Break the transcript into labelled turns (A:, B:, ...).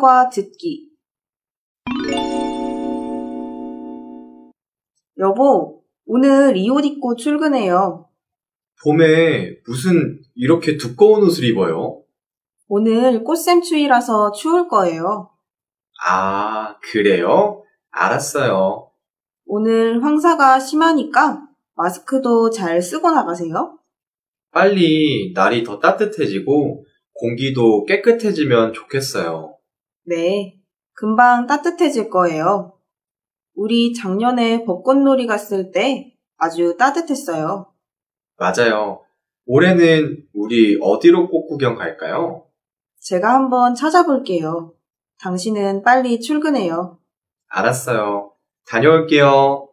A: 24과 듣기. 여보, 오늘 이 옷 입고 출근해요.
B: 봄에 무슨 이렇게 두꺼운 옷을 입어요?
A: 오늘 꽃샘추위라서 추울 거예요.
B: 아, 그래요? 알았어요.
A: 오늘 황사가 심하니까 마스크도 잘 쓰고 나가세요.
B: 빨리 날이 더 따뜻해지고 공기도 깨끗해지면 좋겠어요.
A: 네, 금방 따뜻해질 거예요. 우리 작년에 벚꽃놀이 갔을 때 아주 따뜻했어요.
B: 맞아요. 올해는 우리 어디로 꽃 구경 갈까요?
A: 제가 한번 찾아볼게요. 당신은 빨리 출근해요.
B: 알았어요. 다녀올게요.